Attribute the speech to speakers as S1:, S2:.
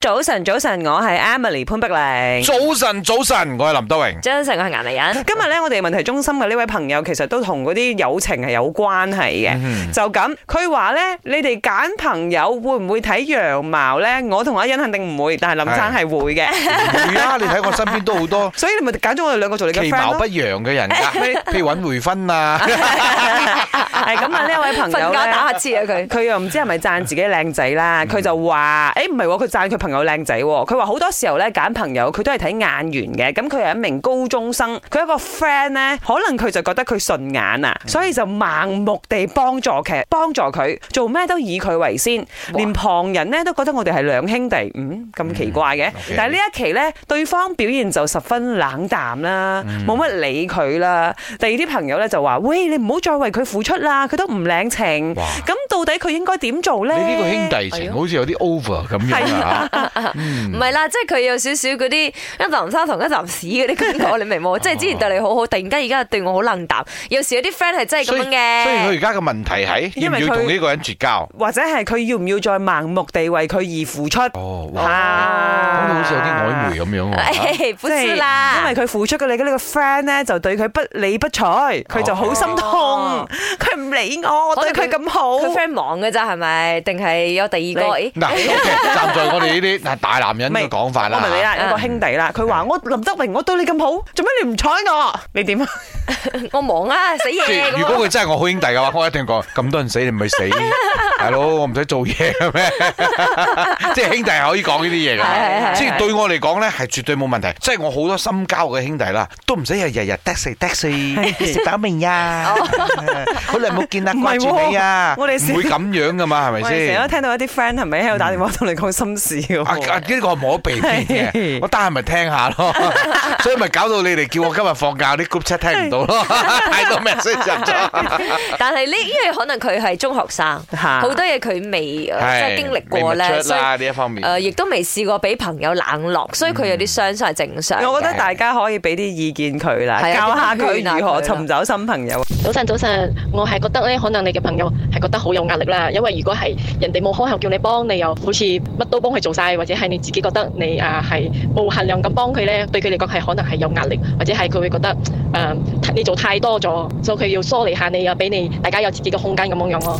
S1: 早晨，早晨，我係 Emily 潘碧玲。
S2: 早晨，早晨，我係林德榮。
S3: 張成我係顏麗人，
S1: 今日咧，我哋問題中心嘅呢位朋友，其實都同嗰啲友情係有關係嘅。就咁，佢話咧，你哋揀朋友會唔會睇樣貌咧？我同阿欣肯定唔會，但係林生係會嘅。
S2: 會啊，你睇我身邊都好多
S1: 所以你咪揀咗我哋兩個做你嘅
S2: 其貌
S1: friend
S2: 不
S1: 咯。
S2: 揚嘅人㗎，譬如揾回婚啊，
S1: 係咁啊，呢位朋
S3: 瞓
S1: 友
S3: 覺打
S1: 咧。
S3: 乞嗤啊佢。
S1: 佢又唔知係咪讚自己靚仔啦，佢就話：，誒唔係喎，佢讚佢朋友靚仔喎。佢話好多時候咧揀朋友，佢都係睇眼緣嘅。咁佢係一名高中生，佢一個 friend 咧，可能佢就覺得佢順眼啊，所以就盲目地幫助佢，幫助佢做咩都以佢為先，連旁人咧都覺得我哋係兩兄弟，嗯咁奇怪嘅。
S2: OK
S1: 但係呢一期咧，對方表現就十分冷淡啦，冇乜理佢啦。第二啲朋友咧就話：，喂，你唔好再為佢付出啦，佢都唔領情。
S2: 哇！
S1: 咁到底佢應該點做
S2: 你
S1: 咧？
S2: 呢個兄弟
S3: 哎
S2: 情
S3: 呦
S2: 好似有啲 over 咁樣啊，
S3: 嗯唔係啦，即係佢有少少嗰啲一啖沙同一啖屎嗰啲感覺，你明冇？即係之前對你好好，突然間而家對我好冷淡。有時有啲 friend 係真係
S2: 所
S3: 咁
S2: 以
S3: 樣
S2: 所以佢而
S3: 嘅。
S2: 家嘅問題係要
S1: 因為
S2: 唔
S1: 佢
S2: 要同呢個人絕交？
S1: 或者係佢要唔要再盲目地為佢而付出？
S2: 哦，哇，講
S1: 啊
S2: 到好似有啲曖昧咁樣 喎。
S3: 誒，不
S1: 即係
S3: 是啦，
S1: 因為佢付出嘅你嘅呢個 friend 咧，就對佢不理不睬，佢就好心痛
S3: 哦，
S1: 佢唔理我，我對佢咁好。
S3: 佢 friend 忙嘅咋係咪？定係有第二個？
S1: 你
S3: 咦，
S2: 嗱，OK，站在我哋呢啲大男人嘅講法
S1: 我
S2: 啦
S1: 問你啦，
S3: 啊
S1: 有個兄弟啦，佢話
S2: 嗯
S1: 我林德榮，我對你咁好，做咩你唔睬我？你點啊？
S3: 我忙啊，死
S2: 即
S3: 嘢
S2: 係
S3: 咁
S2: 如
S3: 啊。
S2: 果佢真係我好兄弟嘅話，我一定講咁多人死你唔係死，大佬我唔使做嘢嘅咩？即係兄弟係可以講呢啲嘢
S3: 係係
S2: 嘅，
S3: 係
S2: 即係對我嚟講咧係絕對冇問題。即係我好多深交嘅兄弟啦，都唔使日日日得四得四食飽未呀？好耐冇見啦，
S1: 唔係喎
S2: 掛住你啊！
S1: 我哋
S2: 唔會咁樣噶嘛，係咪
S1: 我哋成日都
S2: 先？
S1: 聽到一啲 friend 係咪喺度打電話同你講心事嘅
S2: 啊啊！
S1: 喎？
S2: 呢個冇得避免嘅
S1: 係，
S2: 我得閒咪聽下咯，所以咪搞到你哋叫我今日放假啲 group chat 聽唔到咯，太多 message 入咗。
S3: 但係呢，因為可能佢係中學生，
S1: 嚇
S3: 好多嘢佢未呃即係經歷過
S2: 未
S3: 咧，
S2: mature
S3: 所以
S2: 啦呢一方面。
S3: 誒亦都未試過俾朋友冷落，所以佢有啲傷心係正常嘅。
S1: 我覺得大家可以俾啲意見佢啦，
S3: 係啊
S1: 教下
S3: 點樣
S1: 佢
S3: 勸
S1: 如
S3: 下
S1: 何
S3: 佢啦
S1: 尋找新朋友。
S4: 早晨，早晨，我係覺得咧，可能你嘅朋友係覺得好有壓力啦，因為如果係人哋冇開口叫你幫，你啊又好似乜都幫佢做晒，或者係你自己覺得你啊係無限量咁幫佢咧，對佢嚟講係可能係有壓力，或者係佢會覺得嗯誒、你做太多咗，所以佢要疏離下你啊，俾你大家有自己嘅空間咁樣樣咯。